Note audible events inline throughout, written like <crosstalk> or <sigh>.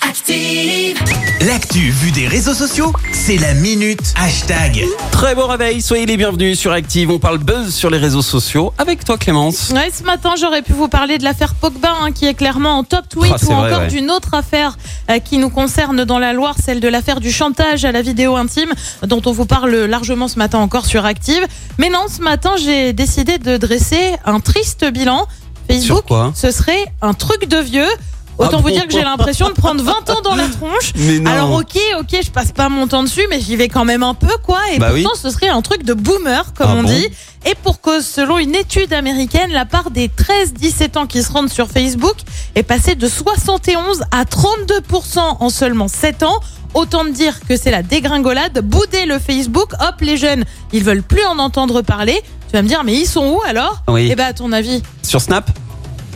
Active. L'actu vue des réseaux sociaux, c'est la minute hashtag. Très bon réveil, soyez les bienvenus sur Active. On parle buzz sur les réseaux sociaux avec toi Clémence. Ouais, ce matin, j'aurais pu vous parler de l'affaire Pogba, hein, qui est clairement en top tweet, Ah, c'est ou vrai, encore ouais. d'une autre affaire euh, qui nous concerne dans la Loire, celle de l'affaire du chantage à la vidéo intime, dont on vous parle largement ce matin encore sur Active. Mais non, ce matin, j'ai décidé de dresser un triste bilan. Sur Facebook, quoi ce serait un truc de vieux. Autant Ah vous bon dire que j'ai l'impression de prendre 20 ans dans la tronche. Mais non. Alors ok, ok, je passe pas mon temps dessus, mais j'y vais quand même un peu, quoi. Et Bah oui. pourtant, ce serait un truc de boomer, comme Ah on bon dit. Et pour cause, selon une étude américaine, la part des 13-17 ans qui se rendent sur Facebook est passée de 71 à 32% en seulement 7 ans. Autant me dire que c'est la dégringolade. Bouder le Facebook, hop, les jeunes, ils veulent plus en entendre parler. Tu vas me dire, mais ils sont où alors Oui. Eh ben, à ton avis Sur Snap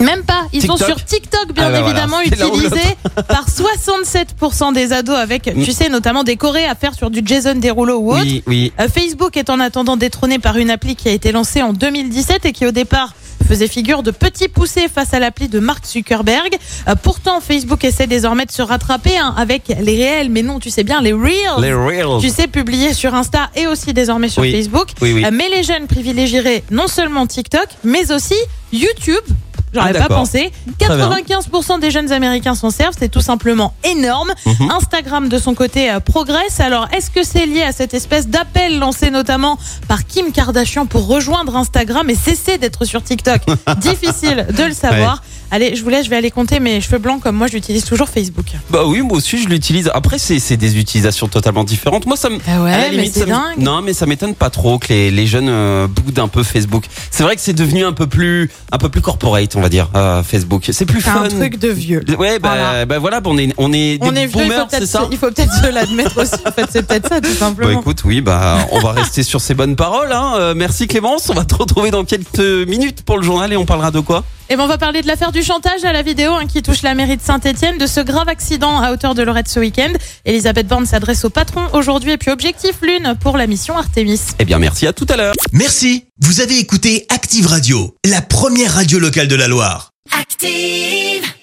même pas. Ils sont TikTok sur TikTok, bien Ah bah voilà, évidemment, c'est la roulotte. <laughs> utilisés par 67% des ados avec, Mm. tu sais, notamment des corées à faire sur du Jason Derulo ou autre. Oui, oui. Euh, Facebook est en attendant détrôné par une appli qui a été lancée en 2017 et qui au départ faisait figure de petit poussé face à l'appli de Mark Zuckerberg. Euh, pourtant, Facebook essaie désormais de se rattraper hein, avec les réels, mais non, tu sais bien, les reels. Les Reels. Oh. Tu sais, publiés sur Insta et aussi désormais sur Oui. Facebook. Oui, oui. Euh, Mais les jeunes privilégieraient non seulement TikTok, mais aussi YouTube. Ah, J'aurais pas d'accord. pensé. Très bien. 95% des jeunes Américains s'en servent, c'est tout simplement énorme. Mhm. Instagram, de son côté, euh, progresse. Alors, est-ce que c'est lié à cette espèce d'appel lancé notamment par Kim Kardashian pour rejoindre Instagram et cesser d'être sur <laughs> TikTok Difficile de le savoir. Allez, je vous laisse, je vais aller compter mes cheveux blancs comme moi, j'utilise toujours Facebook. Bah oui, moi aussi je l'utilise. Après, c'est c'est des utilisations totalement différentes. Moi, ça me. Ah ouais, à la mais limite, c'est ça me- dingue. Non, mais ça m'étonne pas trop que les, les jeunes euh, boudent un peu Facebook. C'est vrai que c'est devenu un peu plus, un peu plus corporate, on va dire, euh, Facebook. C'est plus C'est fun. un truc de vieux. Ouais, bah voilà, Voilà. bah, voilà bah, on est, on est des On est vieux, il faut boomers, c'est peut-être ça se- il faut peut-être se l'admettre aussi. En fait, c'est peut-être ça, tout Bah simplement. écoute, oui, bah on va rester sur ces bonnes paroles. Hein. Euh, merci Clémence, on va te retrouver dans quelques minutes pour le journal et on parlera de quoi Et ben on va parler de l'affaire du chantage à la vidéo hein, qui touche la mairie de Saint-Etienne, de ce grave accident à hauteur de Lorette ce week-end. Elisabeth Borne s'adresse au patron aujourd'hui et puis objectif lune pour la mission Artemis. Eh bien merci, à tout à l'heure. Merci, vous avez écouté Active Radio, la première radio locale de la Loire. Active.